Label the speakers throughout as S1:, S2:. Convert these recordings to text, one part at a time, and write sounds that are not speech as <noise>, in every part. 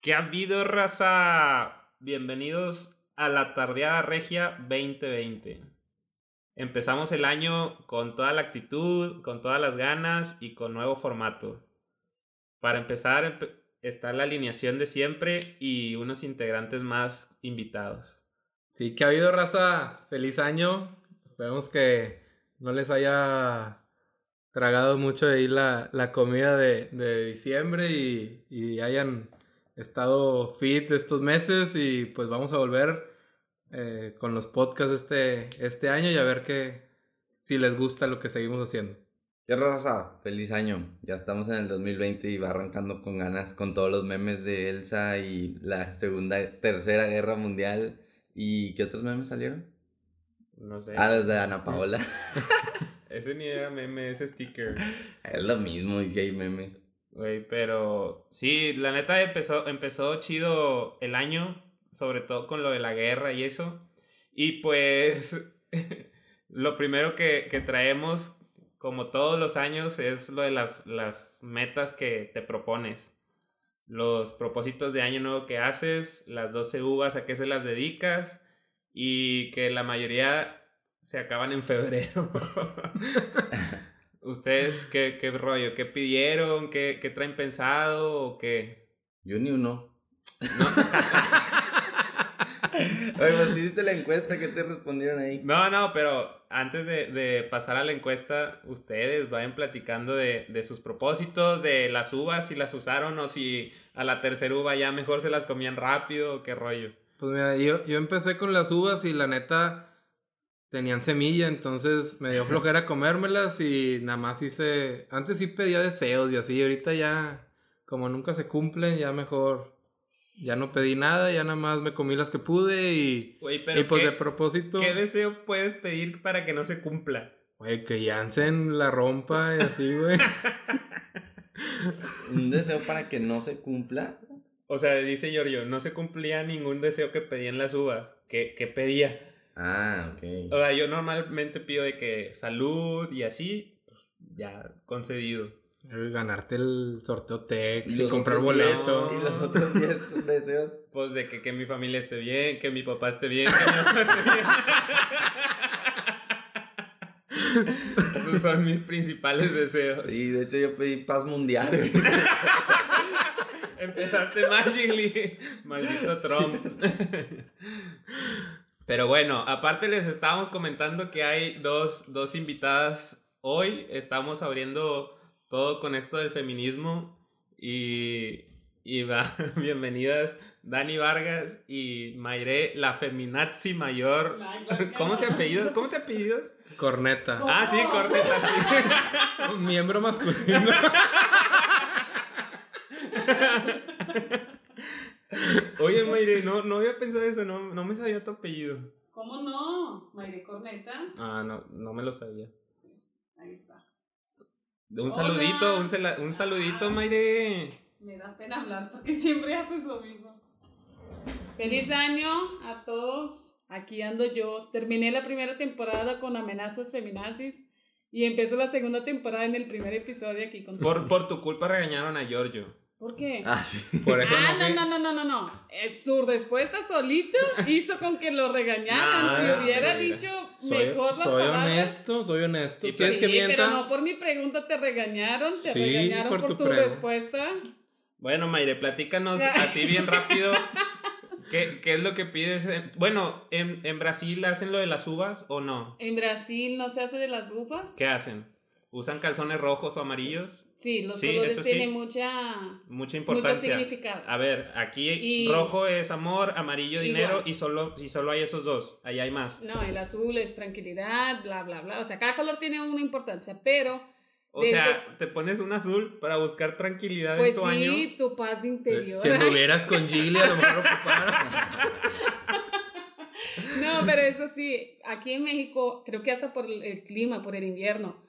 S1: ¿Qué ha habido, raza? Bienvenidos a la Tardeada Regia 2020. Empezamos el año con toda la actitud, con todas las ganas y con nuevo formato. Para empezar, empe- está la alineación de siempre y unos integrantes más invitados.
S2: Sí, que ha habido raza. Feliz año. Esperemos que no les haya tragado mucho ahí la, la comida de, de diciembre y, y hayan estado fit estos meses y pues vamos a volver eh, con los podcasts este, este año y a ver que, si les gusta lo que seguimos haciendo.
S3: ¿Qué raza? Feliz año. Ya estamos en el 2020 y va arrancando con ganas con todos los memes de Elsa y la segunda, tercera guerra mundial. ¿Y qué otros memes salieron?
S1: No sé.
S3: Ah, los de Ana Paola. <laughs>
S1: Ese ni era meme, ese sticker.
S3: es lo mismo, y si hay memes.
S1: Güey, pero sí, la neta empezó, empezó chido el año, sobre todo con lo de la guerra y eso. Y pues <laughs> lo primero que, que traemos, como todos los años, es lo de las, las metas que te propones. Los propósitos de año nuevo que haces, las 12 uvas a qué se las dedicas y que la mayoría se acaban en <laughs> febrero. ¿Ustedes qué, qué rollo? ¿Qué pidieron? ¿Qué, qué traen pensado? ¿O qué?
S3: Yo ni uno. <laughs> Oye, pues hiciste la encuesta, ¿qué te respondieron ahí?
S1: No, no, pero antes de, de pasar a la encuesta, ustedes vayan platicando de, de sus propósitos, de las uvas, si las usaron o si a la tercera uva ya mejor se las comían rápido, o qué rollo.
S2: Pues mira, yo, yo empecé con las uvas y la neta tenían semilla, entonces me dio flojera comérmelas y nada más hice. Antes sí pedía deseos y así, ahorita ya, como nunca se cumplen, ya mejor. Ya no pedí nada, ya nada más me comí las que pude y.
S1: Güey, pero
S2: y pues
S1: ¿qué,
S2: de propósito.
S1: qué deseo puedes pedir para que no se cumpla?
S2: Güey, que Jansen la rompa y así, güey.
S3: Un deseo para que no se cumpla.
S1: O sea, dice Giorgio, no se cumplía ningún deseo que pedían las uvas. ¿Qué, qué pedía?
S3: Ah,
S1: O
S3: ok.
S1: sea, yo normalmente pido de que salud y así, pues, ya concedido.
S2: El Eh, Ganarte el sorteo tech
S3: Y
S2: y
S3: los
S2: comprar
S3: otros diez-
S2: boleto.
S3: Y los otros 10 deseos.
S1: Pues de que, que mi familia esté bien, que mi papá esté bien, que mi mamá esté bien. <laughs> Esos son mis principales deseos.
S3: Y de hecho yo pedí paz mundial. <laughs>
S1: <laughs> Empezaste magically, maldito Trump. <laughs> Pero bueno, aparte les estábamos comentando que hay dos, dos invitadas hoy. Estamos abriendo todo con esto del feminismo. Y, y va, <laughs> bienvenidas Dani Vargas y Maire, la feminazi mayor. ¿Cómo se apellidas? ¿Cómo te apellidas? <laughs>
S2: Corneta.
S1: Ah, sí, Corneta, sí.
S2: Miembro masculino.
S1: Oye, Maire, no, no había pensado eso, no, no me sabía tu apellido.
S4: ¿Cómo no? Mayre Corneta.
S1: Ah, no, no me lo sabía.
S4: Ahí está.
S1: Un
S4: Hola.
S1: saludito, un, sela- un saludito, Maire.
S4: Me da pena hablar porque <laughs> siempre haces lo mismo. Feliz año a todos. Aquí ando yo. Terminé la primera temporada con amenazas feminazis y empezó la segunda temporada en el primer episodio aquí con
S1: Por, por tu culpa regañaron a Giorgio.
S4: ¿Por qué?
S3: Ah, sí.
S2: Por eso
S4: Ah,
S2: fui.
S4: no, no, no, no, no, no. Eh, Su respuesta
S2: <laughs>
S4: solito hizo con que lo regañaran.
S1: Nah,
S4: si hubiera
S1: mira.
S4: dicho
S2: Soy,
S4: mejor las
S2: soy
S4: palabras, pues
S2: honesto, soy honesto.
S1: Y
S2: ¿Quieres
S4: sí,
S2: que
S4: pero
S2: mienta? Eh,
S4: no por mi pregunta te regañaron, te
S2: Sí,
S4: regañaron
S2: por
S4: por,
S2: tu
S4: tu,
S2: pregu-
S4: respuesta.
S1: Bueno, Maire,
S4: <laughs>
S1: platícanos así bien rápido. ¿Qué, qué es lo que pides? en- bueno, en, en Brasil hacen lo de las uvas o no?
S4: En Brasil no se hace de las uvas.
S1: ¿Qué hacen? ¿Usan calzones rojos o amarillos?
S4: Sí, los
S1: Sí,
S4: colores
S1: eso sí.
S4: tienen mucha
S1: Mucha
S4: mucho
S1: importancia.
S4: significado.
S1: a ver, aquí
S4: Y-
S1: rojo es amor, amarillo dinero
S4: Igual.
S1: y solo, y solo hay esos dos. Ahí hay más.
S4: No, el azul es tranquilidad, bla, bla, bla. O sea, cada color tiene una importancia, pero
S1: O
S4: Desde-
S1: sea, te pones un azul para buscar tranquilidad
S4: pues
S1: en tu
S4: sí,
S1: año. Eh,
S4: tu paz interior.
S2: Si anduvieras con Gilly, a lo mejor lo ocuparas.
S4: <laughs> No, pero eso sí, aquí en México, creo que hasta por el, el clima, por el invierno,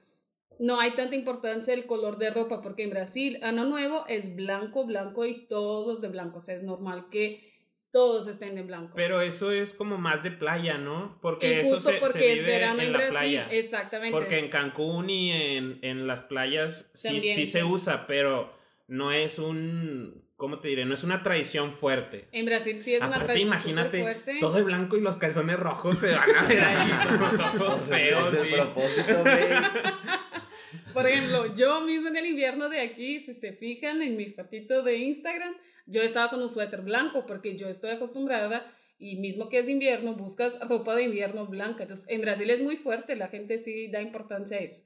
S4: no hay tanta importancia el color de ropa, porque en Brasil, Ano Nuevo es blanco, blanco y todos de blanco. O sea, es normal que todos estén de blanco.
S1: Pero eso es como más de playa, ¿no? Porque
S4: y
S1: eso
S4: justo
S1: se,
S4: porque
S1: se
S4: es
S1: vive
S4: verano en,
S1: en la
S4: Brasil,
S1: playa.
S4: exactamente.
S1: Porque en
S4: es-
S1: Cancún y en, en las playas sí,
S4: También,
S1: sí se
S4: sí.
S1: usa, pero no es un ¿cómo te diré? No es una tradición fuerte.
S4: En Brasil sí es una
S1: Aparte,
S4: tradición
S1: imagínate,
S4: superfuerte.
S1: todo de blanco y los calzones rojos se van a ver ahí
S4: <laughs>
S1: <laughs> como
S3: No
S1: todos
S3: sé si
S1: feos.
S3: es de
S1: sí.
S3: propósito, güey.
S4: Por
S1: <laughs>
S4: ejemplo, yo mismo en el invierno de aquí, si se fijan en mi fotito de Instagram, yo estaba con un suéter blanco porque yo estoy acostumbrada y mismo que es invierno, buscas ropa de invierno blanca. Entonces, en Brasil es muy fuerte, la gente sí da importancia a eso.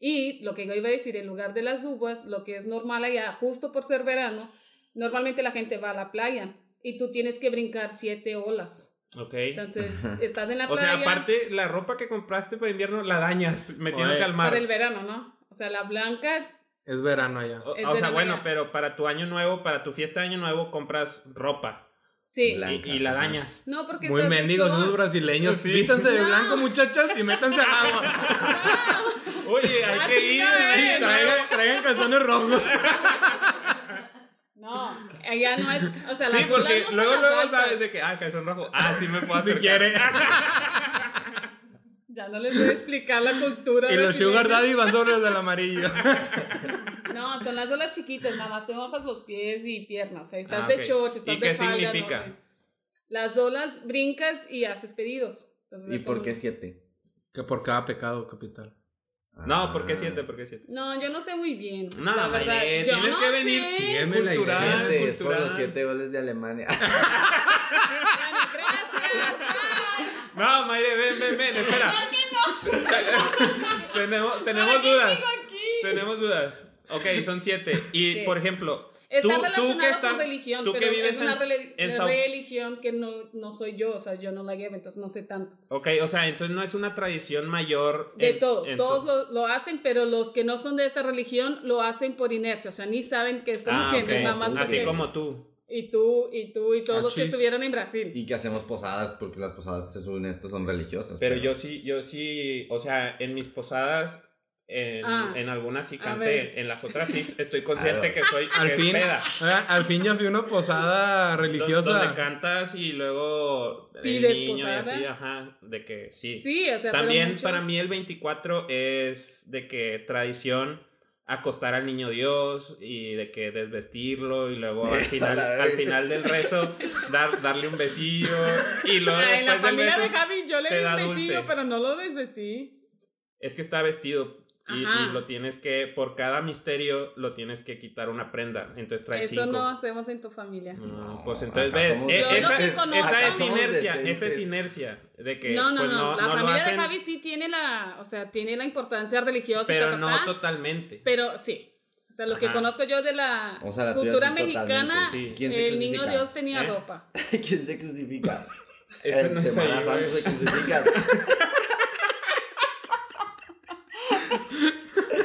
S4: Y lo que yo iba a decir, en lugar de las uvas, lo que es normal allá, justo por ser verano, normalmente la gente va a la playa y tú tienes que brincar siete olas.
S1: Ok.
S4: Entonces, estás en la
S1: O
S4: playa
S1: sea, aparte, la ropa que compraste para invierno la dañas metiéndote
S2: Oye.
S1: al mar.
S4: para el verano, ¿no? O sea, la blanca
S2: Es verano allá.
S1: O,
S4: Es
S1: o sea,
S4: verano
S1: bueno,
S4: ya.
S1: pero para tu año nuevo, para tu fiesta de año nuevo, compras ropa
S4: Sí.
S1: y-
S3: Blanca,
S1: y, la
S3: ajá.
S1: dañas.
S4: No, porque
S2: Muy
S4: estás de
S2: mendigos
S4: chor.
S2: esos brasileños.
S1: Sí.
S2: Vístanse de
S4: No.
S2: blanco, muchachas, y métanse al
S4: <laughs>
S2: agua.
S1: Oye, hay que
S4: Así
S1: ir.
S4: Ah, no
S1: hay que
S4: es,
S1: ir.
S2: Traigan, traigan calzones rojos.
S4: No, allá no es. O sea,
S1: Sí,
S4: las olas
S1: porque
S4: no son
S1: luego,
S4: las
S1: luego
S4: altas.
S1: sabes de que, ah, calzón rojo. Ah, sí me puedo
S2: <laughs> Si
S1: hacer.
S4: <laughs>
S2: quieren.
S4: Ya no les voy a explicar la cultura.
S2: Y los
S4: brasileña.
S2: sugar daddy van sobre los
S1: <laughs>
S2: del amarillo.
S4: No, son las olas chiquitas, nada más te mojas los pies y piernas. O sea, estás
S1: Ah, ok.
S4: de chorch, estás
S1: ¿Y
S4: de
S1: qué
S4: falda, no,
S1: significa?
S4: no. Las olas brincas y haces pedidos. Entonces
S3: ¿Y
S4: es
S3: por
S4: como-
S3: qué siete?
S2: Que por cada pecado, capital.
S1: No, ¿por qué siete?
S3: Ah,
S1: ¿Por qué siete?
S4: No, yo no sé muy bien.
S1: No,
S4: la verdad.
S1: Mayret,
S4: yo
S1: tienes
S4: no
S1: que venir
S4: sé.
S1: siempre.
S2: Sígueme la
S1: Cultural.
S2: idea.
S3: Siete, es por los
S1: cultural.
S3: siete goles de Alemania.
S1: <laughs>
S4: Bueno, gracias.
S1: No, Mayre, ven, ven, ven,
S4: <laughs>
S1: espera. tenemos <laughs> tenemos
S4: ¿Para qué
S1: dudas.
S4: sigo aquí?
S1: Tenemos dudas. Ok, son siete. Y,
S4: Sí.
S1: por ejemplo,
S4: Está
S1: tú,
S4: relacionado
S1: tú que
S4: con
S1: estás...
S4: religión,
S1: tú que
S4: pero
S1: vives
S4: es una
S1: en-
S4: reli-
S1: en
S4: de
S1: Sao-
S4: religión que no, no soy yo, o sea, yo no la llevo, entonces no sé tanto.
S1: Ok, o sea, entonces no es una tradición mayor...
S4: De
S1: en-
S4: todos,
S1: en
S4: todos
S1: tu-
S4: lo, lo hacen, pero los que no son de esta religión lo hacen por inercia, o sea, ni saben qué están
S1: Ah,
S4: haciendo,
S1: ok.
S4: es nada más
S3: Así
S1: Así
S4: porque-
S1: como Ah, tú.
S4: Y tú, y tú, y todos los que
S2: Achis.
S4: estuvieron en Brasil.
S3: y que hacemos posadas, porque las posadas, según esto, son religiosas.
S1: Pero yo sí, yo sí, o sea, en mis posadas, en,
S4: Ah,
S1: en algunas sí
S4: a
S1: canté,
S4: ver.
S1: en las otras
S4: <laughs>
S1: sí estoy consciente
S3: Ah,
S1: que soy
S2: Al
S1: que es
S2: fin,
S1: peda.
S2: ah, al fin ya fui a una posada
S1: Do-
S2: religiosa.
S1: Donde cantas y luego el
S4: Pides
S1: niño y
S4: posada.
S1: así, ajá, de que sí.
S4: Sí, o sea, pero
S1: También
S4: muchos-
S1: para
S4: <laughs>
S1: mí el 24 es de que tradición acostar al niño Dios y de que desvestirlo y luego
S3: <laughs>
S1: al final,
S3: la
S1: al
S3: verga.
S1: final del rezo dar, darle un besillo y luego
S4: Ah, en la
S1: después del
S4: familia
S1: beso
S4: de Javi yo le
S1: te
S4: di
S1: da
S4: un besillo,
S1: dulce.
S4: pero no lo desvestí.
S1: es que está vestido y,
S4: Ajá.
S1: y lo tienes que, por cada misterio lo tienes que quitar una prenda, entonces trae
S4: Eso
S1: cinco.
S4: no hacemos en tu familia.
S1: No,
S3: No,
S1: pues entonces
S3: acá
S1: ves,
S3: somos
S1: e-
S4: decentes. Yo
S1: esa,
S4: lo que conozco-
S1: esa
S4: Acá
S1: es
S3: somos
S1: inercia, esa es
S3: decentes.
S1: inercia de que
S4: no, no,
S1: pues,
S4: no,
S1: no,
S4: La
S1: no lo
S4: familia
S1: hacen,
S4: de Javi sí tiene la, o sea, tiene la importancia religiosa. ta,
S1: pero
S4: ta,
S1: no
S4: ta,
S1: totalmente.
S4: pero sí. O sea, lo que
S1: Ajá.
S4: conozco yo de la
S3: O sea, la tuya
S4: cultura
S3: sí
S4: mexicana,
S1: totalmente, sí.
S3: ¿Quién se
S4: el niño
S3: crucifica?
S4: Dios tenía
S1: ¿Eh?
S4: ropa.
S3: <laughs> ¿Quién se crucifica?
S1: <laughs> Eso
S3: en
S1: no es
S3: Semana
S1: ahí,
S3: Santa
S1: güey. <laughs>
S3: se crucifica.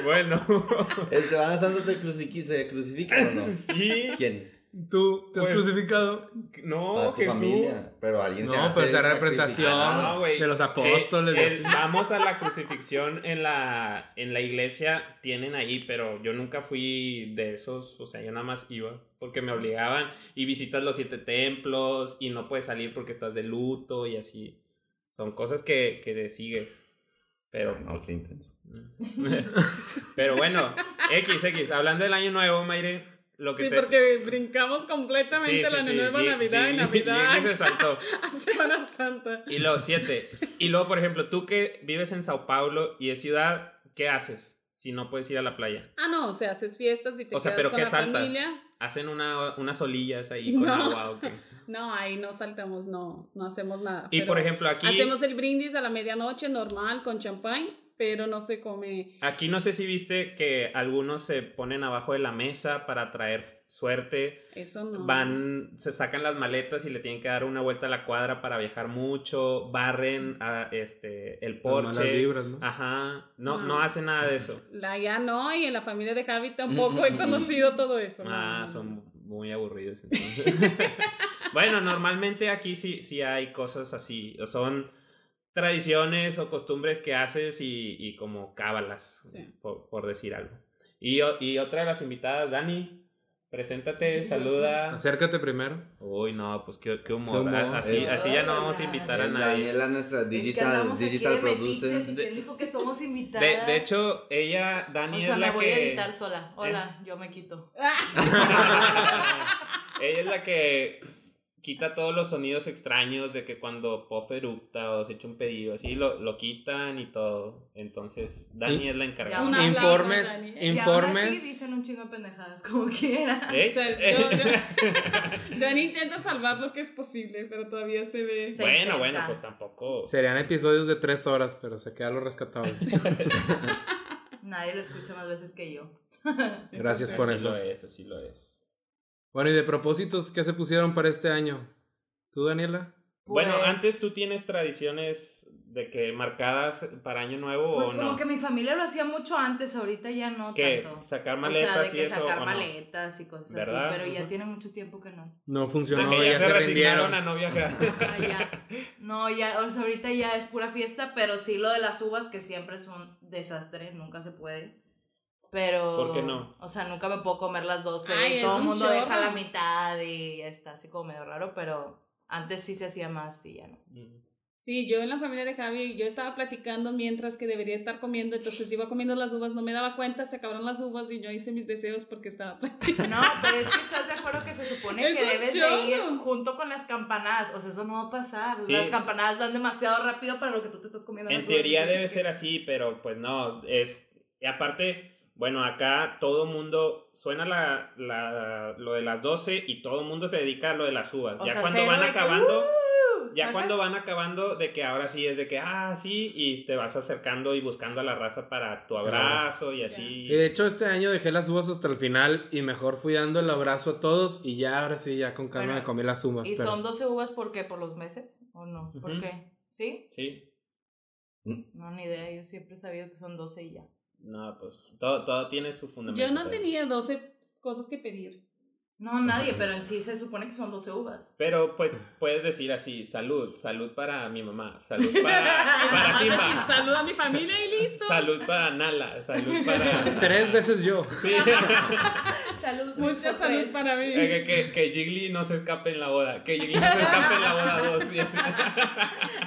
S1: Bueno, <laughs>
S3: En Semana Santa te crucifica, se crucifica o no.
S1: sí,
S3: ¿Quién?
S2: Tú te has
S1: Pues-
S2: crucificado
S1: no,
S3: Ah, tu
S1: Jesús.
S3: familia. Pero alguien se
S2: No,
S3: hace
S2: pues, la
S3: sacrificar.
S2: representación.
S1: Ah, no, güey.
S2: de los apóstoles.
S1: Eh,
S2: de-
S1: el- vamos a la crucifixión en la, en la iglesia, tienen ahí, pero yo nunca fui de esos, o sea, yo nada más iba porque me obligaban y visitas los siete templos y no puedes salir porque estás de luto y así. Son cosas que, que te sigues. Pero,
S3: No, qué intenso.
S1: pero bueno, XX, hablando del año nuevo, Maire, lo que
S4: Sí,
S1: te...
S4: porque brincamos
S1: Sí,
S4: completamente
S1: sí,
S4: la
S1: sí,
S4: nueva
S1: Gi-
S4: Navidad y
S1: Gi-
S4: Navidad
S1: Gigi se saltó.
S4: a <laughs> Semana Santa.
S1: Y luego, siete. Y luego, por ejemplo, tú que vives en Sao Paulo y es ciudad, ¿qué haces si no puedes ir a la playa?
S4: Ah, no, o sea, haces fiestas y te
S1: O sea,
S4: quedas
S1: pero
S4: con
S1: ¿qué
S4: la
S1: saltas?
S4: familia.
S1: ¿Hacen una, unas olillas ahí con
S4: No.
S1: agua o qué?
S4: <laughs> No, ahí no saltamos, no, no hacemos nada.
S1: Y,
S4: pero
S1: por ejemplo, aquí,
S4: hacemos el brindis a la medianoche normal con champán, pero no se come.
S1: aquí no sé si viste que algunos se ponen abajo de la mesa para traer suerte.
S4: Eso no.
S1: Van, se sacan las maletas y le tienen que dar una vuelta a la cuadra para viajar mucho. Barren a, este, el
S2: las malas
S1: porche.
S2: vibras, ¿no?
S1: Ajá. No,
S4: Ah.
S1: no hacen nada de eso.
S4: La ya no, y en la familia de Javi
S3: Mm,
S4: tampoco he conocido todo eso. no, no,
S1: Ah,
S4: no.
S1: son muy aburridos
S5: <laughs>
S1: entonces. bueno, normalmente aquí sí, sí hay cosas así. o Son tradiciones o costumbres que haces y, y como cábalas,
S4: Sí.
S1: por, por decir algo. Y, o- y otra de las invitadas, Dani, Preséntate, saluda.
S2: Acércate primero.
S1: Uy, no, pues qué, qué humor.
S2: Qué humor.
S1: Ah, Así, así ya no vamos a invitar a
S3: Es
S1: nadie.
S3: Daniela, nuestra
S5: es que
S3: digital,
S5: andamos
S3: digital
S5: aquí de metiches
S3: producer.
S5: y
S1: De-
S5: quién dijo que somos invitadas.
S1: De, de hecho, ella, Dani
S5: o sea,
S1: es
S5: la
S1: la
S5: voy a
S1: que. em
S5: editar sola. Hola, yo me quito.
S1: <laughs> Ella es la que quita todos los sonidos extraños de que cuando Puff eructa o se echa un pedido, así lo, lo quitan y todo. Entonces, Dani
S2: Y-
S1: es la encargada.
S5: Un aplauso,
S2: informes,
S4: Dani. Y
S5: Y aún
S2: informes.
S5: así dicen un chingo de pendejadas, <laughs> como quiera. <laughs>
S1: ¿Eh?
S4: O sea,
S1: <laughs>
S4: <laughs> yo- yo- Dani intenta salvar lo que es posible, pero todavía se ve.
S5: Sí.
S1: bueno,
S5: intenta.
S1: bueno, pues tampoco.
S2: Serían episodios de tres horas, pero se queda
S1: <laughs>
S2: lo rescatable.
S5: Nadie lo escucha más veces que yo.
S2: Gracias
S4: Eso
S2: por
S1: así
S2: eso.
S1: lo es, así lo es.
S2: Bueno, y de propósitos, ¿qué se pusieron para este año? ¿Tú, Daniela?
S1: Bueno,
S5: Pues-
S1: antes tú tienes tradiciones de que marcadas para año nuevo
S5: Pues
S1: o
S5: como
S1: Oh, no.
S5: que mi familia lo hacía mucho antes, ahorita ya no
S1: ¿Qué?
S5: tanto.
S1: sacar
S5: O sea,
S1: maletas
S5: de
S1: y
S5: que
S1: eso
S5: sacar
S1: o no.
S5: maletas y cosas
S1: ¿Verdad?
S5: así, pero ya
S1: Ujú.
S5: tiene mucho tiempo que no.
S2: No funcionó,
S1: Porque
S2: ya se, rindieron.
S1: resignaron a no
S2: <laughs>
S1: viajar.
S5: Ah,
S1: <laughs>
S5: ya. No, ya, o sea, ahorita ya es pura fiesta, pero sí lo de las uvas, que siempre es un desastre, nunca se puede. Pero.
S1: ¿Por qué no?
S5: O sea, nunca me puedo comer las 12
S4: Ay,
S5: y
S4: es
S5: todo el
S4: un
S5: mundo deja
S4: chorro.
S5: la mitad y ya está, así como medio raro, pero antes sí se hacía más y
S1: <laughs>
S5: ya no.
S4: Sí, yo en la familia de Javi, yo estaba platicando mientras que debería estar comiendo, entonces iba comiendo las uvas, no me daba cuenta, se acabaron las uvas y yo hice mis deseos porque estaba platicando.
S5: No, pero es que estás de acuerdo que se supone
S4: Es
S5: que
S4: un
S5: debes de ir
S4: chorro.
S5: junto con las campanadas. O sea, eso no va a pasar.
S1: Sí.
S5: Las campanadas van demasiado rápido para lo que tú te estás comiendo. las
S1: En
S5: uvas.
S1: teoría debe ser así, pero pues no, es... Y aparte, bueno, acá todo mundo suena la, la- lo de las 12 y todo mundo se dedica a lo de las uvas.
S5: O
S1: ya
S5: sea,
S1: cuando
S5: cero
S1: van
S5: de que,
S1: acabando,
S5: ¡uh!
S1: ya
S5: ¿Sacas?
S1: cuando van acabando de que ahora sí es de que, ah, sí, y te vas acercando y buscando a la raza para tu
S2: abrazo.
S1: abrazo y así.
S2: Y de hecho, este año dejé las uvas hasta el final y mejor fui dando el abrazo a todos y ya ahora sí, ya con calma
S5: Bueno,
S2: me comí las uvas.
S5: ¿Y
S2: Pues, pero-
S5: son 12 uvas por qué? ¿Por los meses? ¿O no? ¿Por
S1: Ujú.
S5: qué? ¿Sí?
S1: Sí.
S5: No, ni idea. Yo siempre he sabido que son 12 y ya.
S1: No, pues todo, todo tiene su fundamento.
S4: Yo no
S1: pero-
S4: tenía 12 cosas que pedir.
S5: No, nadie, pero en sí se supone que son 12 uvas.
S1: Pero pues puedes decir así, salud, salud para mi mamá, salud
S5: <laughs>
S1: para, para
S4: Además, decir,
S1: Simba,
S4: saludo a mi familia y listo.
S1: salud para Nala, salud para...
S2: Tres veces yo.
S1: Sí,
S5: Salud.
S4: Mucha salud para mí.
S1: Eh, que, que, que Jiggly no se escape en la boda, que Jiggly no se escape en la boda dos. sí, así.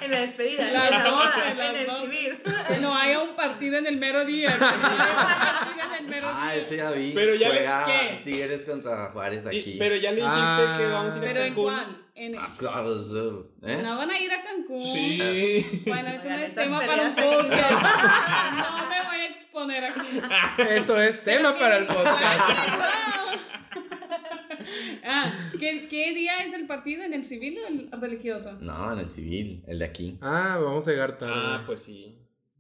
S5: En la despedida,
S4: Las
S5: en la
S4: doce,
S5: boda,
S4: las
S5: en el
S4: doce.
S5: civil. <laughs>
S4: Que no haya un partido en el mero día. que no haya un partido en el mero
S3: Ah, de hecho
S4: día.
S3: ya vi.
S1: Pero ya le-
S3: Juega
S4: ¿qué?
S3: Tigres contra Juárez
S1: Y-
S3: aquí.
S1: pero ya le dijiste
S2: Ah.
S1: que vamos a ir a
S4: Pero en
S1: Cancún.
S4: cuál? En-
S3: Ah, claro, eso, ¿eh?
S4: No van a ir a Cancún.
S1: Sí.
S4: Bueno, eso no
S5: Oigan,
S4: es
S5: esas
S4: tema para un
S5: peleas en-
S4: podcast. No me voy a exponer
S2: <laughs>
S4: aquí.
S2: Eso es tema para el podcast.
S4: Ah, ¿qué, ¿qué día es el partido? ¿En el civil o el religioso?
S3: No, en el civil, el de aquí.
S2: Ah, vamos a llegar tarde.
S1: Ah, pues sí,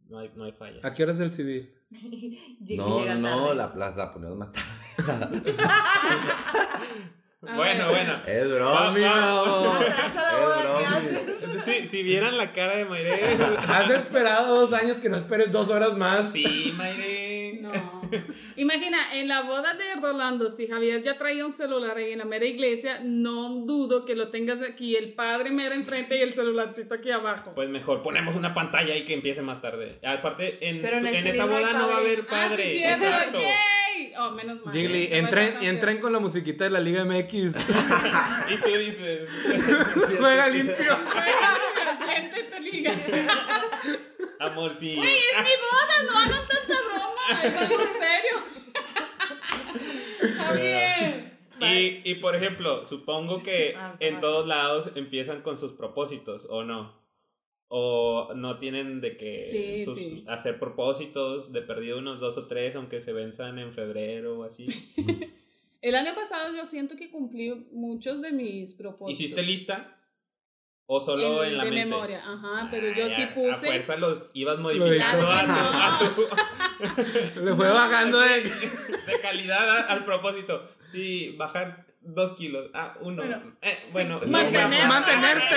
S1: no hay, no hay falla.
S2: ¿A qué hora es el civil?
S5: Jiggy
S3: No,
S5: llega
S3: no,
S5: tarde.
S3: la plaza la ponemos más tarde.
S4: A
S1: Bueno,
S4: ver.
S1: bueno.
S3: Es
S1: <laughs>
S3: broma, <laughs>
S1: Va,
S5: Atrás a la boda, ¿qué
S3: Es broma.
S5: haces?
S1: Sí, si vieran la cara de Mayre.
S2: Has esperado dos años que no esperes dos horas
S1: <laughs>
S2: más.
S1: Sí, Mayre.
S4: No. Imagina, en la boda de Rolando, si Javier ya traía un celular ahí en la mera iglesia, no dudo que lo tengas aquí, el padre mero enfrente y el celularcito aquí abajo.
S1: Pues mejor, ponemos una pantalla y que empiece más tarde. Aparte, en,
S5: Pero en el
S1: en
S5: civil
S1: esa
S5: no hay
S1: boda no va a
S5: padre.
S1: haber padre.
S4: Ah, sí, cierto.
S1: Exacto.
S4: Yay. Oh, menos mal.
S2: Jiggly,
S4: Se
S2: entren,
S4: fue
S2: entren con la musiquita de la Liga MX.
S1: Y tú dices, <laughs>
S2: Juega limpio.
S4: Juega, Siéntete, liga.
S1: amorcillo.
S4: Oye, es mi boda, no hagan tanta broma,
S1: <laughs>
S4: es algo serio. Javier.
S1: Y, y por ejemplo, supongo que
S4: <laughs>
S5: Ah, está
S1: en
S5: mal.
S1: todos lados empiezan con sus propósitos, ¿o no? O no tienen de que
S4: Sí,
S1: sus-
S4: sí.
S1: hacer propósitos de perdido unos dos o tres, aunque se venzan en febrero o así.
S4: El año pasado yo siento que cumplí muchos de mis propósitos.
S1: ¿Hiciste lista? ¿O solo en,
S4: El
S1: la
S4: de
S1: mente?
S4: memoria, ajá, pero yo
S1: Ay,
S4: sí
S1: a-
S4: puse.
S1: A fuerza los ibas modificando a,
S4: Claro que
S1: <laughs> a tu-
S2: Le fue bajando de.
S1: de calidad a- al propósito. Sí, bajar dos kilos. Ah, uno.
S5: Bueno,
S1: Eh, bueno, sí,
S2: Mantener-
S1: bueno.
S2: mantenerte.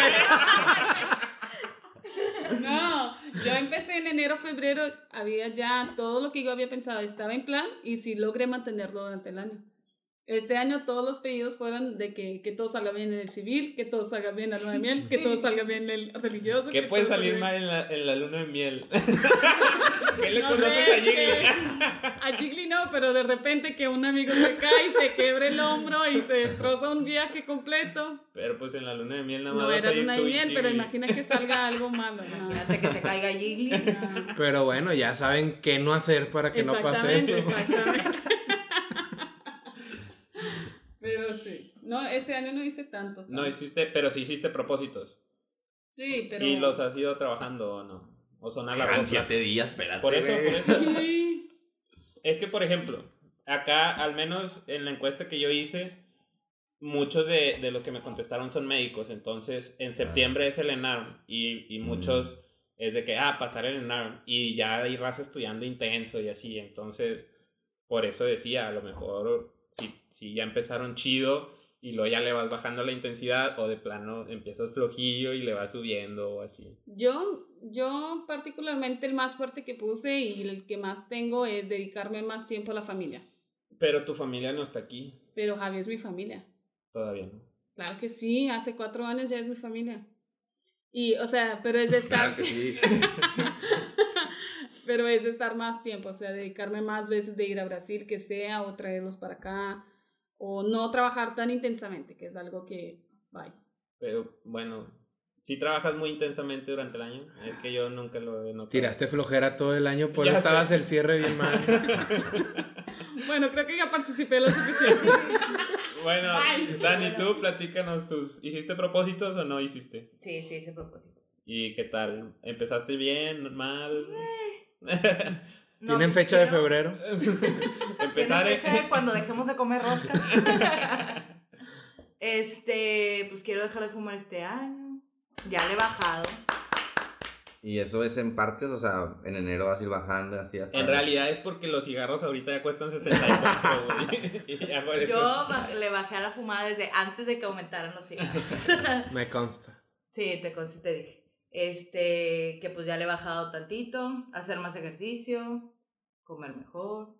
S4: No, yo empecé en enero, febrero, había ya todo lo que yo había pensado estaba en plan y sí logré mantenerlo durante el año. Este año todos los pedidos fueron de que, que todo salga bien en el civil, que todo salga bien en la luna de miel,
S1: <laughs>
S4: que todo salga bien en el religioso.
S1: ¿Qué
S4: que
S1: puede
S4: todo salga
S1: salir
S4: bien-
S1: mal en la, en la luna de
S4: <laughs>
S1: miel? <laughs> ¿Qué le
S4: No
S1: conoces
S4: sé,
S1: a Jiggly?
S4: <laughs> A Jiggly no, pero de repente que un amigo se cae y se quebre el hombro y se destroza un viaje completo.
S1: Pero pues en la luna de miel nada más
S4: No
S1: vas
S4: era
S1: a ir
S4: luna de
S1: tú y
S4: miel, pero
S1: Jiggly.
S4: imagina que salga algo malo. no,
S5: <laughs>
S4: Ah,
S5: Imagínate que se caiga Jiggly.
S4: no.
S2: Pero bueno, ya saben qué no hacer para que no pase
S4: Exactamente,
S2: eso.
S4: exactamente. <laughs> pero sí. No, este año no hice tantos.
S1: No
S4: tantos.
S1: hiciste, pero sí hiciste propósitos.
S4: Sí, pero.
S1: ¿Y los has ido trabajando o no? ¿O son a largo
S3: Eran
S1: plazo?
S3: siete días, espérate.
S1: Por eso,
S3: güey.
S1: por
S4: <laughs>
S1: eso.
S4: Sí.
S1: Es que, por ejemplo, acá, al menos en la encuesta que yo hice, muchos de, de los que me contestaron son médicos. Entonces, en septiembre es el ENARM y, y muchos es de que, ah, pasar el ENARM. Y ya hay raza estudiando intenso y así. Entonces, por eso decía, a lo mejor si, si ya empezaron chido y luego ya le vas bajando la intensidad o de plano empiezas flojillo y le vas subiendo o así.
S4: Yo, yo particularmente el más fuerte que puse y el que más tengo es dedicarme más tiempo a la familia.
S1: Pero tu familia no está aquí
S4: Pero Javi es mi familia.
S1: todavía, ¿no?
S4: Claro que sí, hace cuatro años ya es mi familia. Y, o sea, pero es de
S3: <laughs> Claro
S4: estar,
S3: que sí.
S4: pero es de estar más tiempo, o sea, dedicarme más veces de ir a Brasil, que sea, o traerlos para acá, o no trabajar tan intensamente, que es algo que, bye.
S1: Pero bueno, si trabajas muy intensamente durante el año, es que yo nunca lo he notado.
S2: Tiraste flojera todo el año, por
S1: Ya
S2: eso
S1: sé. pues
S2: estabas el cierre
S1: <laughs>
S2: bien mal.
S4: Bueno, creo que ya participé lo suficiente.
S1: Bueno,
S4: Ay.
S1: Dani, tú platícanos tus. ¿Hiciste propósitos o no hiciste?
S5: Sí, sí, hice propósitos.
S1: ¿Y qué tal? ¿Empezaste bien? ¿Mal? <laughs>
S5: No,
S2: ¿Tienen
S5: pues,
S2: fecha de
S5: quiero-
S2: febrero?
S1: Empezar.
S5: Tiene fecha
S1: <laughs>
S5: de cuando dejemos de comer roscas. este, pues quiero dejar de fumar este año. Ya le he bajado.
S3: Y eso es en partes, o sea, en enero vas a ir bajando, así hasta.
S1: En realidad es porque los cigarros ahorita ya cuestan 64, güey. <laughs> Y ya por eso.
S5: Yo ba- le bajé a la fumada desde antes de que aumentaran los
S1: <laughs>
S5: cigarros.
S2: Me consta.
S5: sí, te, con- te dije. Este, que pues ya le he bajado tantito, hacer más ejercicio, comer mejor.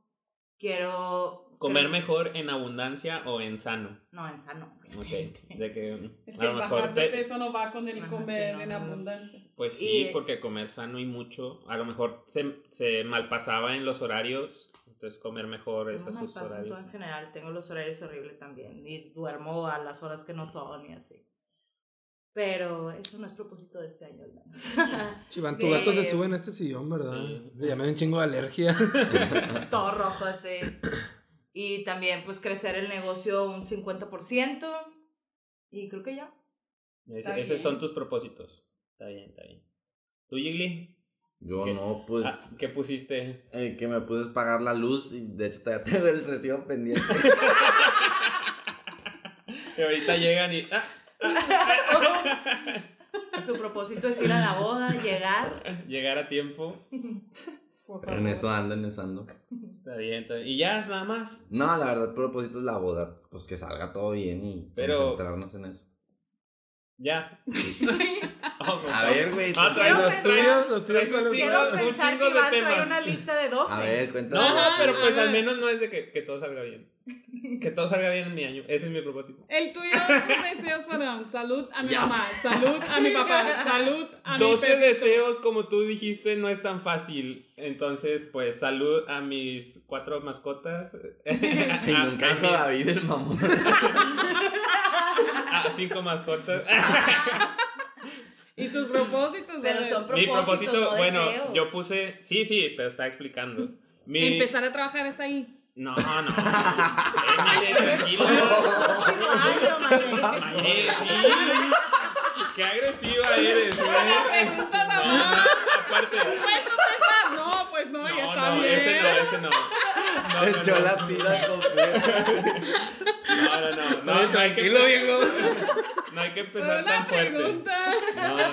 S5: Quiero...
S1: ¿Comer
S5: crec-
S1: mejor en abundancia o en sano?
S5: No, en sano.
S1: Ok.
S5: obviamente.
S1: De que,
S4: Es
S1: a
S4: que
S1: lo
S4: el
S1: mejor
S4: bajar de
S1: te-
S4: peso no va con el
S5: Ajá,
S4: comer
S5: sí, no,
S4: en
S5: no.
S4: abundancia.
S1: Pues
S5: Y,
S1: sí,
S5: eh,
S1: porque comer sano y mucho, a lo mejor se, se malpasaba en los horarios, entonces comer mejor es pues, a
S5: No me
S1: sus
S5: pasa en todo
S1: horarios.
S5: en general, tengo los horarios horribles también y duermo a las horas que no son y así. Pero eso no es propósito de este año, al menos. <laughs>
S2: Chiván, tu gato se
S5: Bien.
S2: sube en este sillón, ¿verdad?
S1: Sí.
S2: Ya me dio un chingo de alergia.
S5: todo rojo así. Y también pues crecer el negocio un 50% y creo que ya.
S1: Ese-
S4: Está
S1: esos son
S4: bien.
S1: tus propósitos. Está bien, está bien. ¿Tú, Jiggly?
S3: Yo
S1: ¿Qué?
S3: no, pues.
S1: Ah, ¿Qué pusiste?
S3: eh, que me puse a pagar la luz y de hecho todavía <laughs> tengo el recibo
S1: <laughs>
S3: pendiente.
S1: Que ahorita llegan y... ah,
S5: Su propósito es ir a la boda, llegar.
S1: llegar a tiempo.
S4: Por
S3: Pero en
S4: favor.
S3: eso ando, en eso ando.
S1: Está bien, está bien. Y ya, nada más.
S3: No, la verdad, el propósito es la boda. Pues que salga todo bien y
S1: Pero-
S3: concentrarnos en eso.
S1: Ya. Ojo,
S3: A ver, güey.
S1: Ah, traes
S5: Quiero
S1: los
S5: pensar-
S1: tuyos.
S2: los
S1: traes un
S2: son los
S1: chingo-
S5: Quiero
S1: un
S2: míos.
S5: pensar
S1: chingo
S5: que
S1: de
S5: Iván trae
S1: temas.
S5: una lista de 12.
S3: A ver,
S1: No,
S3: cuéntanos.
S1: no, pero pues
S4: Ajá.
S1: al menos no es de que, que todo salga bien. Que todo salga bien en mi año. Ese es mi propósito.
S4: El tuyo, tus deseos fueron salud a mi
S3: Ya
S4: mamá, salud a mi papá, salud a mi
S1: 12
S4: perrito.
S1: deseos, como tú dijiste, no es tan fácil. Entonces, pues salud a mis cuatro mascotas.
S3: Y
S1: a,
S3: nunca
S1: a
S3: dijo
S1: mis-
S3: David el mamón.
S1: a cinco mascotas.
S4: Y tus propósitos, a
S5: Pero
S4: ver.
S5: son
S1: <laughs> Mi
S5: propósitos,
S1: propósito,
S5: no
S1: bueno,
S5: deseos.
S1: yo puse. Sí, sí, pero está explicando. Mi,
S4: Empezar a trabajar hasta ahí.
S1: No, no. <laughs> Échale, tranquila.
S5: Próximo año, Manuel.
S1: Oye, sí. Qué agresiva eres,
S4: <laughs>
S1: güey.
S4: Una pregunta
S1: No,
S4: mamá.
S1: aparte.
S4: Pues no sé, No, pues no, ya
S1: No,
S4: está
S1: no,
S4: bien.
S1: ese no, ese no. No, no,
S3: <laughs> Yo
S1: no.
S3: la tira completa.
S1: No, no, no. No, no
S2: Oye,
S1: hay que,
S2: tranquilo, viejo.
S1: no hay que
S4: Fue
S1: empezar
S4: una
S1: tan fuerte.
S4: pregunta.
S1: No, no.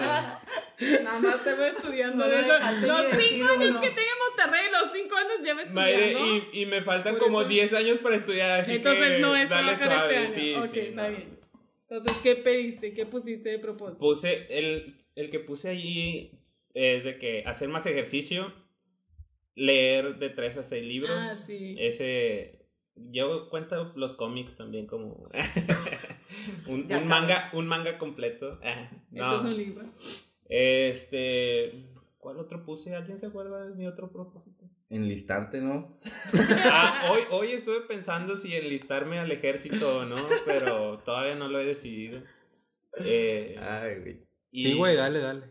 S4: Nada más te voy estudiando
S5: No
S4: de
S5: lo
S4: eso.
S5: dejaste
S4: Los
S5: ni
S4: cinco
S5: decirlo,
S4: años
S5: no.
S4: que tengo en Monterrey, los cinco años lleva
S1: Mayre,
S4: estudiando.
S1: y, y me faltan
S4: Por
S1: como
S4: eso.
S1: 10 años para estudiar, así
S4: Entonces
S1: que
S4: no es
S1: dale
S4: trabajar
S1: suave.
S4: este
S1: Sí,
S4: año. ok,
S1: sí,
S4: está
S1: no.
S4: bien. Entonces, ¿qué pediste? ¿Qué pusiste de propósito?
S1: Puse, el, el que puse allí es de que hacer más ejercicio, leer de 3 a 6 libros. Eh,
S4: Ah, sí.
S1: Ese Yo cuento los cómics también como <laughs> un,
S5: Ya
S1: un manga, un manga completo. Ah, no.
S4: Eso es un libro.
S1: Este, ¿cuál otro puse? ¿Alguien se acuerda de mi otro propósito?
S3: Enlistarte, ¿no?
S1: Ah, hoy, hoy estuve pensando si enlistarme al ejército o no, pero todavía no lo he decidido. Eh,
S3: Ay, güey.
S1: y-
S2: Sí, güey, dale, dale.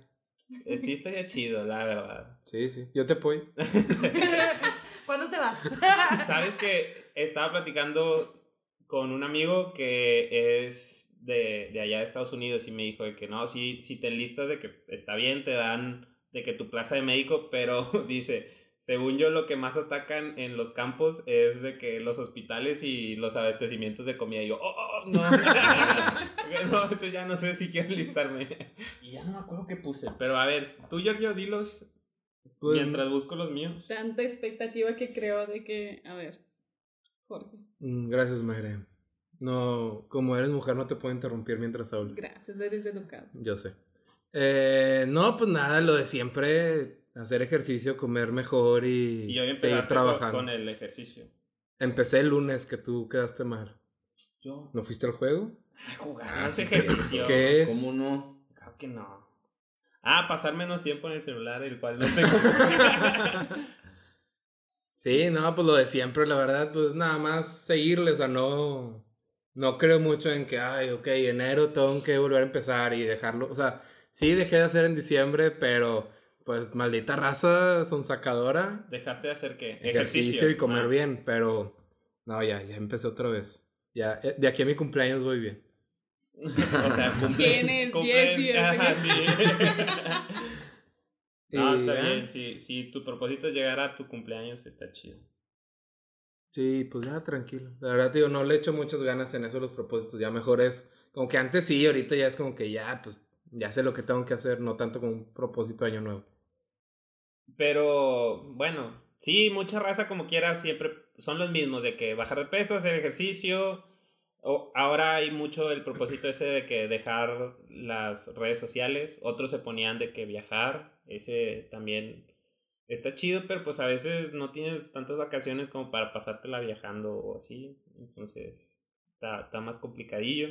S1: eh, Sí, estaría chido, la verdad.
S2: Sí, sí. Yo te apoyo.
S5: <laughs> ¿Cuándo te vas? <laughs>
S1: Sabes que estaba platicando con un amigo que es de, de allá de Estados Unidos y me dijo de que no, si, si te enlistas de que está bien, te dan de que tu plaza de médico, pero <laughs> dice, según yo lo que más atacan en los campos es de que los hospitales y los abastecimientos de comida. Y yo, oh, oh, no, <laughs> no, esto ya no sé si quiero enlistarme. Y ya no me acuerdo qué puse, pero a ver, tú Giorgio, dilos
S2: Pues,
S1: mientras busco los míos.
S4: Tanta expectativa que creo de que, a ver, Jorge,
S2: mm, Gracias, Mayre. No, como eres mujer, no te puedo interrumpir mientras hablo.
S4: gracias,
S1: <laughs>
S4: eres educado.
S2: Yo sé. Eh, no, pues nada, lo de siempre, hacer ejercicio, comer mejor y,
S1: Y hoy
S2: seguir
S1: empezaste con,
S2: trabajando.
S1: con el ejercicio.
S2: Empecé el lunes que tú quedaste mal.
S1: Yo
S2: ¿No fuiste al juego?
S1: a jugar
S3: Ah,
S1: no es
S3: sí,
S1: ejercicio.
S2: ¿Qué es?
S3: ¿Cómo no?
S1: Claro que no. Ah, pasar menos tiempo en el celular, el cual no <laughs> tengo.
S2: Sí, no, pues lo de siempre, la verdad, pues nada más seguirle, o sea, no, no creo mucho en que, ay, ok, enero tengo que volver a empezar y dejarlo, o sea, sí dejé de hacer en diciembre, pero pues maldita raza sonsacadora,
S1: ¿Dejaste de hacer qué?
S2: ejercicio, y comer
S1: Ah,
S2: bien, pero no, ya, ya empecé otra vez, ya, eh, de aquí a mi cumpleaños voy bien.
S1: O sea, cumple.
S4: Tienes 10 días.
S1: Ajá,
S4: tenías-
S1: <laughs> sí. no,
S2: Y
S1: Ah, está
S2: ya.
S1: bien. Si, si tu propósito es llegar a tu cumpleaños, está chido.
S2: Sí, pues ya tranquilo. La verdad, te digo, no le echo muchas ganas en eso de los propósitos. Ya mejor es, como que antes sí, ahorita ya es como que ya, pues ya sé lo que tengo que hacer, no tanto como un propósito de año nuevo.
S1: Pero bueno, sí, mucha raza como quiera siempre son los mismos de que bajar de peso, hacer ejercicio. O, ahora hay mucho el propósito ese de que dejar las redes sociales. Otros se ponían de que viajar. Ese también está chido, pero pues a veces no tienes tantas vacaciones como para pasártela viajando o así. Entonces está, está más complicadillo.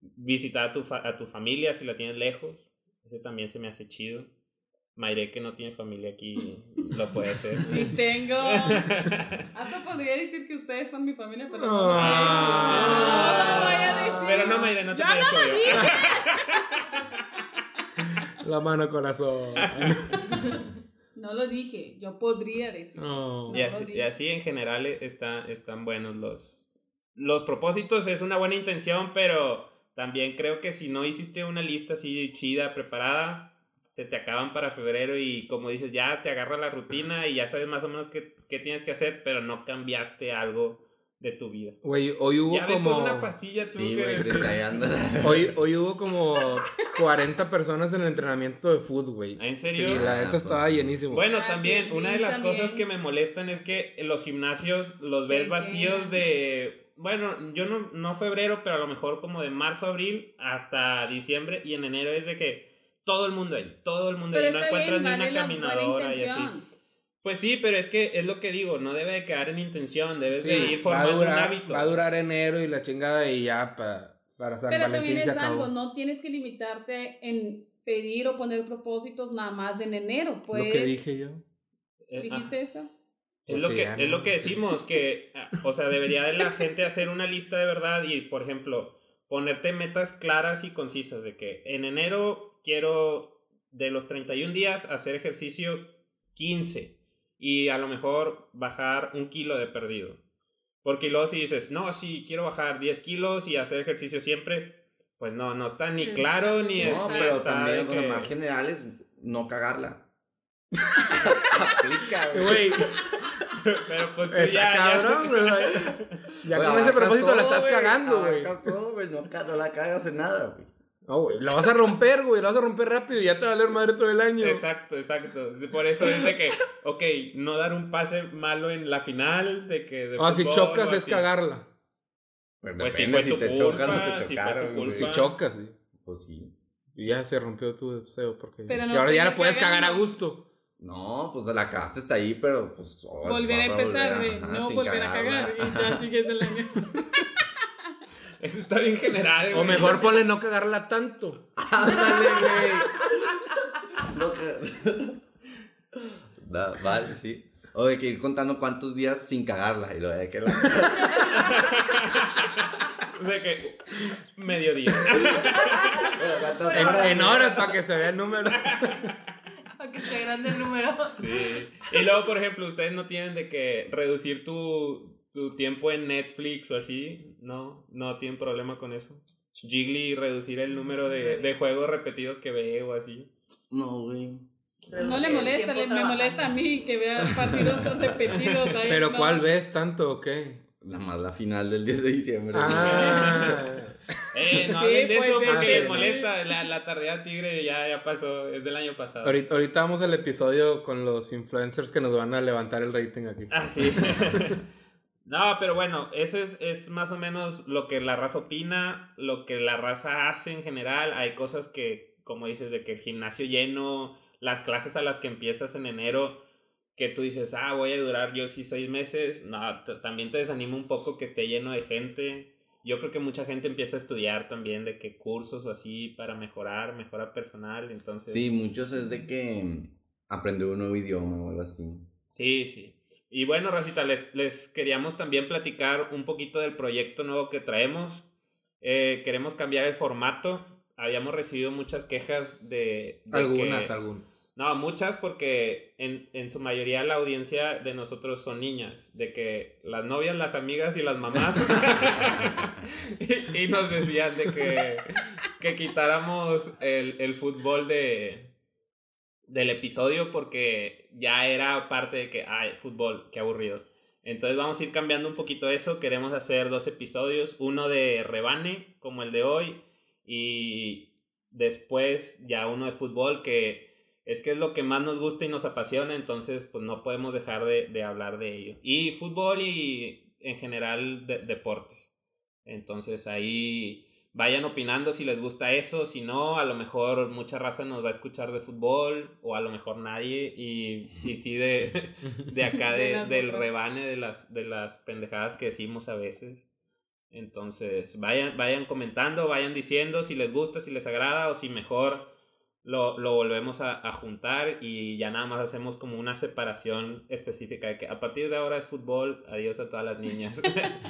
S1: Visitar a tu, fa- a tu familia si la tienes lejos. Ese también se me hace chido. Mayre que no tiene familia aquí lo puede hacer. <laughs> Ah.
S4: Sí, tengo. Hasta podría decir que ustedes son mi familia, pero no, no, voy
S2: Ah.
S4: a decir.
S1: Pero no, Mayre, no te
S4: Ya
S1: creas
S4: no lo
S1: que yo.
S4: dije.
S2: La mano
S1: <laughs>
S2: corazón.
S4: No lo dije, yo podría decir.
S2: No.
S1: Y así, y así en general eh, está, están buenos los, los propósitos. Es una buena intención, pero también creo que si no hiciste una lista así chida, preparada, se te acaban para febrero y como dices, ya te agarra la rutina y ya sabes más o menos qué, qué tienes que hacer, pero no cambiaste algo de tu vida.
S2: Güey, hoy hubo
S1: Ya ves,
S2: como.
S1: pon una pastilla tú
S3: Sí,
S1: que- <laughs>
S3: güey, te está llegando la-
S2: Hoy, hoy hubo como 40 personas en el entrenamiento de food, güey.
S1: ¿En serio?
S2: Sí, la neta estaba llenísimo.
S1: Bueno,
S4: Ah,
S1: también,
S4: sí, el
S1: una de
S4: gym
S1: las cosas
S4: también.
S1: que me molestan es que los gimnasios los
S4: Se
S1: ves vacíos
S4: llenan.
S1: de, bueno, yo no, no febrero, pero a lo mejor como de marzo, abril hasta diciembre y en enero es de que todo el mundo ahí, todo el mundo
S4: Pero
S1: ahí, no
S4: está
S1: encuentras
S4: bien,
S1: ni
S4: vale
S1: una
S4: la buena
S1: caminadora y así.
S4: intención.
S1: Pues sí, pero es que es lo que digo, no debe de quedar en intención, debes
S2: Sí,
S1: de ir
S2: va, a
S1: formando un
S2: durar,
S1: hábito.
S2: va a durar enero y la chingada y ya pa- para San
S4: Pero
S2: Valentín
S4: también es
S2: se acabó.
S4: algo, no tienes que limitarte en pedir o poner propósitos nada más en enero, pues.
S2: Lo que dije yo.
S1: Eh, ah.
S4: ¿Dijiste eso?
S1: Es lo,
S2: Porque
S1: que,
S2: ya
S1: es
S2: no-
S1: lo que decimos, que, ah, o sea, debería de la gente hacer una lista de verdad y, por ejemplo, ponerte metas claras y concisas de que en enero quiero de los 31 días hacer ejercicio 15 y a lo mejor bajar un kilo de perdido. Porque luego si dices, no, sí, quiero bajar 10 kilos y hacer ejercicio siempre, pues no, no está ni
S4: Está-
S1: claro ni
S4: No,
S1: está-
S4: este
S3: pero
S1: está
S3: también,
S1: de
S3: o sea,
S1: que-
S3: más general es no cagarla. Aplica, güey.
S1: <laughs>
S2: Güey,
S1: <laughs> Pero pues tú
S2: está
S1: ya- ya- <laughs>
S2: cabrón, güey. Ya
S3: Güey,
S2: con ese
S3: abarcas
S2: propósito la
S3: todo,
S2: estás
S3: güey,
S2: cagando, güey.
S3: abarcas todo, güey. No, ca- no la cagas en nada, güey.
S2: No, güey, la vas a romper, güey, la vas a romper rápido y ya te va a leer madre todo el año.
S1: Exacto, exacto. Por eso es de que, ok, no dar un pase malo en la final, de que... De
S2: O Ah, si
S1: fútbol
S2: chocas
S1: o
S2: es
S1: así.
S2: cagarla.
S1: Pues
S3: Depende
S1: si fue tu
S3: te
S1: culpa,
S3: chocan o te
S1: si fue tu
S3: chocaron,
S1: culpa.
S3: güey.
S2: Si chocas, sí.
S3: Pues sí.
S2: Y ya se rompió tu deseo porque
S4: Pero
S2: y
S4: no
S2: ahora
S4: se
S2: ya
S4: está
S2: la puedes cagar a
S4: cagando.
S2: gusto.
S3: No, pues la cagaste está ahí, pero pues. oh,
S4: volver a
S3: vas
S4: empezar,
S3: volver
S4: güey.
S3: a- ajá,
S4: No
S3: sin
S4: volver a cagar.
S3: cagarla.
S4: Y
S2: <laughs>
S4: ya sigues <laughs> el año.
S1: Eso está bien general, güey.
S2: O mejor ponle no cagarla <laughs> tanto.
S3: Ándale, güey. No <laughs> ca- Da, vale, sí. O de que ir contando cuántos días sin cagarla. Y lo de que
S1: <laughs>
S3: la. <laughs>
S1: De que. Mediodía.
S3: ¿Cuántas
S2: En,
S3: horas?
S2: en horas para que se vea el número.
S5: Para que esté grande el número.
S1: Sí. Y luego, por ejemplo, ustedes no tienen de que reducir tu, tu tiempo en Netflix o así. No, no tienen problema con eso. Jiggly, reducir el número de, de juegos repetidos que ve o así.
S3: No, güey.
S4: No le
S5: El
S4: molesta,
S5: tiempo
S4: le- me
S5: trabajando.
S4: molesta a mí que vea
S2: <laughs>
S4: partidos repetidos. ahí,
S2: Pero
S4: no.
S2: ¿cuál ves tanto o qué?
S3: La más la final del 10 de diciembre.
S2: Ah,
S1: Eh, no
S4: Sí,
S1: hablen de
S4: pues,
S1: eso
S4: sí,
S1: porque
S2: sí,
S1: les
S2: sí.
S1: molesta. La, la tardía tigre ya, ya pasó, es del año pasado.
S2: ahorita, ahorita vamos al episodio con los influencers que nos van a levantar el rating aquí.
S1: Ah, sí. <laughs> no, pero bueno, eso es, es más o menos lo que la raza opina, lo que la raza hace en general. Hay cosas que, como dices, de que el gimnasio lleno, las clases a las que empiezas en enero, que tú dices, ah, voy a durar yo sí seis meses. No, t- también te desanima un poco que esté lleno de gente. Yo creo que mucha gente empieza a estudiar también de que cursos o así para mejorar, mejora personal. Entonces,
S3: Sí, muchos es de que aprender un nuevo idioma o algo así.
S1: Sí, sí. Y bueno, Racita, les, les queríamos también platicar un poquito del proyecto nuevo que traemos. Eh, queremos cambiar el formato. Habíamos recibido muchas quejas de... de
S2: Algunas,
S1: que-
S2: algunas.
S1: No, muchas porque en, en su mayoría la audiencia de nosotros son niñas. De que las novias, las amigas y las mamás. <laughs> y, y nos decían de que, que quitáramos el, el fútbol de, del episodio porque ya era parte de que, ay, fútbol, qué aburrido. Entonces vamos a ir cambiando un poquito eso. Queremos hacer dos episodios, uno de rebane, como el de hoy, y después ya uno de fútbol, que es que es lo que más nos gusta y nos apasiona, entonces pues no podemos dejar de, de hablar de ello. Y fútbol y en general de- deportes. Entonces ahí vayan opinando si les gusta eso, si no, a lo mejor mucha raza nos va a escuchar de fútbol o a lo mejor nadie y, y sí de, de acá
S4: De
S1: de-
S4: las
S1: del
S4: otras.
S1: rebane de las, de las pendejadas que decimos a veces. Entonces vayan, vayan comentando, vayan diciendo si les gusta, si les agrada o si mejor lo, lo volvemos a, a juntar y ya nada más hacemos como una separación específica de que a partir de ahora es fútbol, adiós a todas las niñas.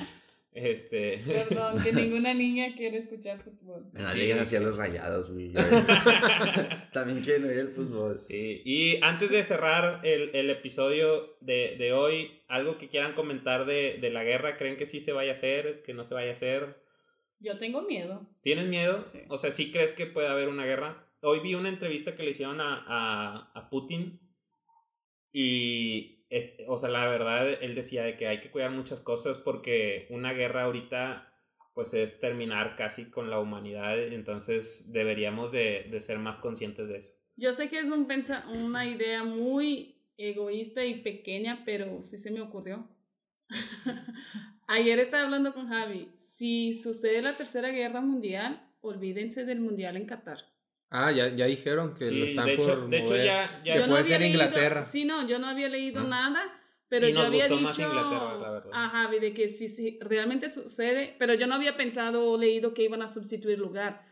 S1: <laughs> este <laughs>
S4: Perdón, que ninguna niña quiere escuchar fútbol.
S3: En la
S1: Sí.
S3: liga hacía los rayados, güey. También quieren oír el fútbol.
S1: Sí, y antes de cerrar el, el episodio de, de hoy, algo que quieran comentar de, de la guerra, ¿creen que sí se vaya a hacer, que no se vaya a hacer?
S4: Yo tengo miedo.
S1: ¿Tienes miedo?
S4: Sí.
S1: O sea, ¿sí crees que puede haber una guerra? Hoy vi una entrevista que le hicieron a, a- a Putin y, es- o sea, la verdad, él decía de que hay que cuidar muchas cosas porque una guerra ahorita, pues es terminar casi con la humanidad, entonces deberíamos de, de ser más conscientes de eso.
S4: Yo sé que es un pensa- una idea muy egoísta y pequeña, pero sí se me ocurrió. <laughs> Ayer estaba hablando con Javi. Si sucede la tercera guerra mundial, olvídense del mundial en Qatar.
S2: Ah, ya, ya dijeron que lo
S1: Sí,
S2: están
S1: de
S2: por
S1: hecho, de hecho
S2: mover.
S1: ya, ya-
S2: Que
S4: Yo
S2: puede ser
S4: había
S2: Inglaterra.
S4: Sí, no, yo no había leído
S3: Ah.
S4: nada, pero
S1: Y
S4: yo
S1: nos
S4: había
S1: gustó
S4: dicho
S1: más Inglaterra, la verdad.
S4: a Javi de que si, si realmente sucede, pero yo no había pensado o leído que iban a sustituir lugar.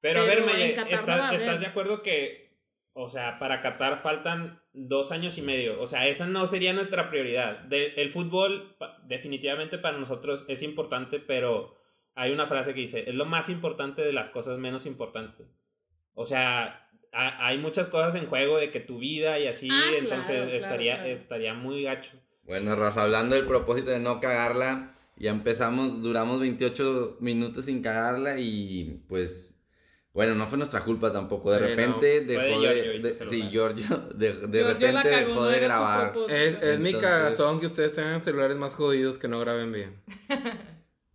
S1: Pero a ver,
S4: Pero
S1: Maye,
S4: en Qatar no
S1: ¿estás,
S4: va a haber.
S1: estás de acuerdo que, o sea, para Qatar faltan dos años y medio? O sea, esa no sería nuestra prioridad. De- el fútbol, pa- definitivamente para nosotros es importante, pero hay una frase que dice, es lo más importante de las cosas menos importantes. O sea, ha- hay muchas cosas en juego de que tu vida y así,
S4: Ah, claro,
S1: entonces
S4: claro,
S1: estaría,
S4: claro.
S1: estaría muy gacho.
S3: Bueno, Raza, hablando del propósito de no cagarla, ya empezamos, duramos 28 minutos sin cagarla y pues, bueno, no fue nuestra culpa tampoco. De
S2: Sí, no,
S3: repente
S1: de
S3: dejó
S1: Giorgio
S3: de,
S1: y su
S3: de-
S1: celular.
S3: sí, Giorgio, de, de
S4: Yo- yo la
S3: repente
S4: cago,
S3: dejó
S4: no
S3: de
S4: era su
S3: grabar.
S4: propósito.
S2: Es, es mi
S3: Entonces-
S2: cagazón que ustedes tengan celulares más jodidos que no graben bien.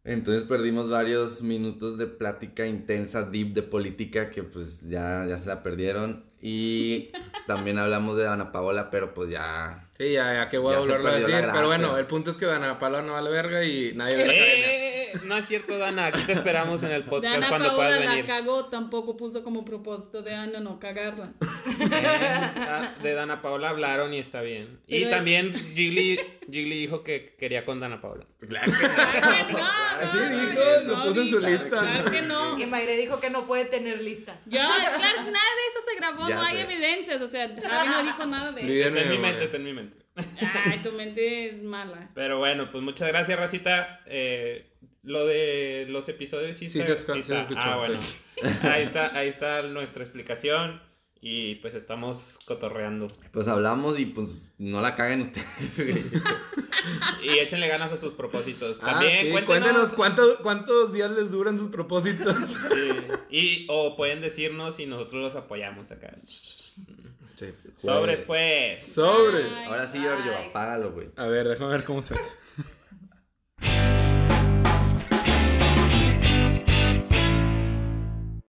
S3: Entonces perdimos varios minutos de plática intensa, deep de política, que pues ya, ya se la perdieron.
S4: <laughs>
S3: Y también hablamos de Ana Paola, pero pues ya...
S2: Sí, ya, ya que voy a
S3: Ya se
S2: volverlo a
S3: perdió la
S2: decir. Pero
S3: gracia.
S2: bueno, el punto es que Dana Paula no vale verga y nadie
S1: ¡Eh,
S2: ve la academia.
S1: eh, eh, No es cierto, Dana. Aquí te esperamos en el podcast
S4: Dana
S1: cuando
S4: Paola
S1: puedas
S4: la
S1: venir.
S4: cagó, tampoco puso como propósito de Ana
S1: <laughs>
S4: no cagarla.
S1: Eh, de Dana Paola hablaron y está bien. y
S4: Pero es-
S1: también Gigli, Gigli dijo que quería con Dana Paola.
S2: Pues
S3: Claro que
S4: Claro que no,
S2: Así
S4: no,
S2: dijo,
S4: no,
S2: lo puso en su
S4: Vicky, Claro
S2: lista.
S4: que no.
S5: Y Mayre dijo que no puede tener lista.
S4: Ya, claro, nada de eso se grabó,
S3: Ya
S4: no hay
S3: sé.
S4: evidencias. O sea, Javi no dijo nada de eso.
S2: Líder
S1: Está en mi
S2: memoria.
S1: mente, está en mi mente.
S4: Ay, tu mente es mala.
S1: Pero bueno, pues muchas gracias, Racita. Eh, lo de los episodios sí
S2: Sí,
S1: está.
S2: se escu-
S1: sí
S2: se
S1: está.
S2: escuchó,
S1: ah,
S2: sí.
S1: bueno. <laughs> Ahí está, ahí está nuestra explicación. Y pues estamos cotorreando.
S3: Pues hablamos y pues no la caguen ustedes.
S1: Y échenle ganas a sus propósitos.
S2: Ah,
S1: También
S2: sí,
S1: cuéntenos.
S2: cuéntenos cuánto- cuántos días les duran sus
S3: <laughs>
S2: propósitos.
S1: Sí. Y, o pueden decirnos y nosotros los apoyamos acá. pues. Sobres, pues.
S2: Sobres.
S4: Ay,
S3: Ahora sí, Giorgio,
S5: bye.
S3: apágalo, güey.
S2: A ver, déjame ver cómo se hace.